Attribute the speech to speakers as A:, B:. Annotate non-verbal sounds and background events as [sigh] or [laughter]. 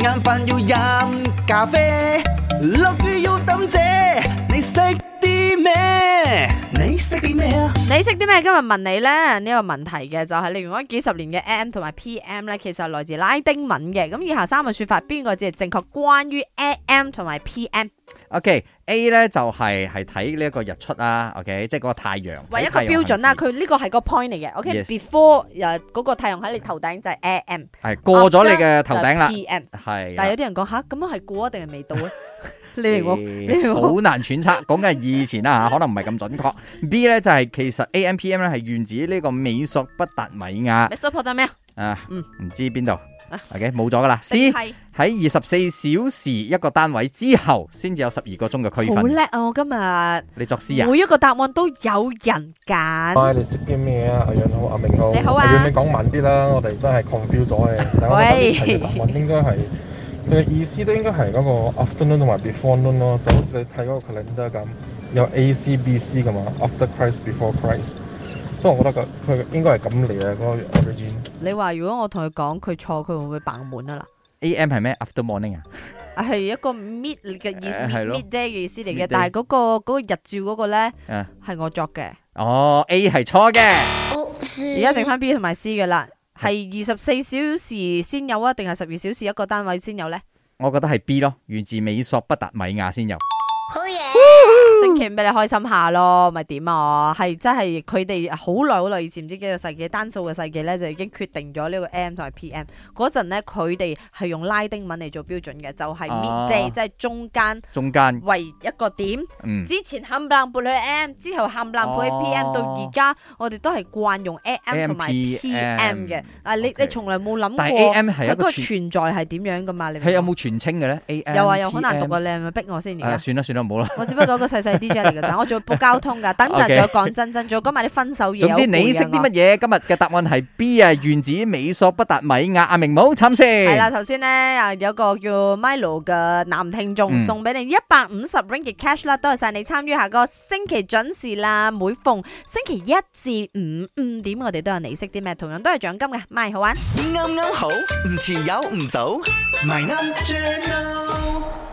A: 晏飯要飲咖啡，落雨要抌遮，你識啲咩？你識啲咩啊？
B: 你識啲咩？今日問你咧呢、呢個問題嘅就係你用咗幾十年嘅 M 同埋 PM 咧，其實係來自拉丁文嘅。咁以下三個說法，邊個至係正確？關於 AM 同埋 PM，
C: OK，A 咧就係係睇呢一個日出啦，OK，即係嗰個太陽。
B: 唯一
C: 睇
B: 個
C: 太陽
B: 標準啦。
C: 行
B: 佢呢個係個 point 嚟嘅。
C: Yes
B: OK，before 誒嗰個太陽喺你頭頂就係 AM，
C: 先係過咗你嘅頭頂啦
B: 就，係 PM。
C: 係啦。
B: 但係有啲人講吓，咁樣係過啊定係未
C: [laughs]
B: 到啊？你明我？ [laughs]
C: 誒
B: 你明我
C: 好難揣測，講緊係以前啦嚇，可能唔係咁準確。B 咧就係其實 A M P M 咧係源自呢個美索不達米亞，
B: 你 support 得
C: [laughs]
B: 咩？
C: 啊
B: 嗯
C: 唔知邊度，OK 冇咗噶啦。C
B: 定係
C: 喺二十四小時一個單位之後，先至有十二個鐘嘅區
B: 好
C: 分。
B: 叻啊！我今日
C: 你作詩啊？
B: 每一個答案都有人揀。
D: 喂，你識啲咩啊？阿潤好，阿明好。
B: 你好啊
D: 阿潤，你講慢啲啦，我哋真係 confuse 咗嘅。但我覺得呢題嘅答案應該係佢嘅意思都應該係嗰個 afternoon 同埋 before noon 咯，就好似你睇嗰個 calendar 咁，有 A、C、B、C 噶嘛，after Christ、before Christ。所以我覺得佢佢應該係咁嚟嘅嗰個 origin。
B: 你話如果我同佢講佢錯，佢會唔會崩滿啊？
C: A M 係咩？After morning 啊？
B: 係一個 mid 嘅意思
C: 誒係咯
B: ，mid day 嘅意思嚟
C: midday
B: 嘅，但係嗰個嗰個日照嗰個咧
C: 啊
B: 係我作嘅，
C: 哦，A 係錯嘅。
B: 而家剩翻 B 同埋 C 嘅啦，係二十四小時先有啊，定係十二小時一個單位先
C: [laughs]
B: 有咧？
C: 我覺得係 B 咯，源自美索不達米亞先有。
B: 星期五俾你開心下咯，咪點啊？係真係佢哋好耐好耐以前，唔知幾個世紀單數嘅世紀咧，就已經決定咗呢個 M 同埋 PM。嗰陣咧，佢哋係用拉丁文嚟做標準嘅，就係
C: 啊
B: midday，即係中間
C: 中間，
B: 為一個點。
C: 嗯，
B: 之前冚唪唥撥去 M，之後冚唪唥撥去
C: 哦
B: PM，到而家我哋都係慣用 AM 同埋 PM 嘅。啊，你
C: OK
B: 你從來冇諗
C: 但係
B: 過
C: AM 係
B: 佢
C: 一
B: 嗰個
C: 個全，
B: 存在係點樣噶嘛？你明
C: 佢有
B: 唔明
C: 冇全稱嘅咧？A M
B: 又話又好難讀
C: PM
B: 啊！你係咪逼我先而
C: 啊
B: 家？
C: 算啦算啦，唔好啦。
B: 我只不過一個細細 DJ 嚟嘅咋，我仲要報交通㗎。等
C: [laughs]
B: 陣
C: OK
B: 仲要講真真，仲要講埋啲分手嘢。啊
C: 總之你識啲乜嘢？今日嘅答案係 B 啊，原子美索不達米亞。阿明冇慘先。
B: 系啦，，頭先咧啊有個叫 Milo 嘅男聽眾
C: 嗯
B: 送俾你一百五十 ringgit cash 啦，多謝晒你參與下個星期準時啦，每逢星期一至五五點我哋都有你識啲咩，同樣都係獎金嘅，咪好玩。
A: 啱啱好，唔遲有唔早，咪啱 channel。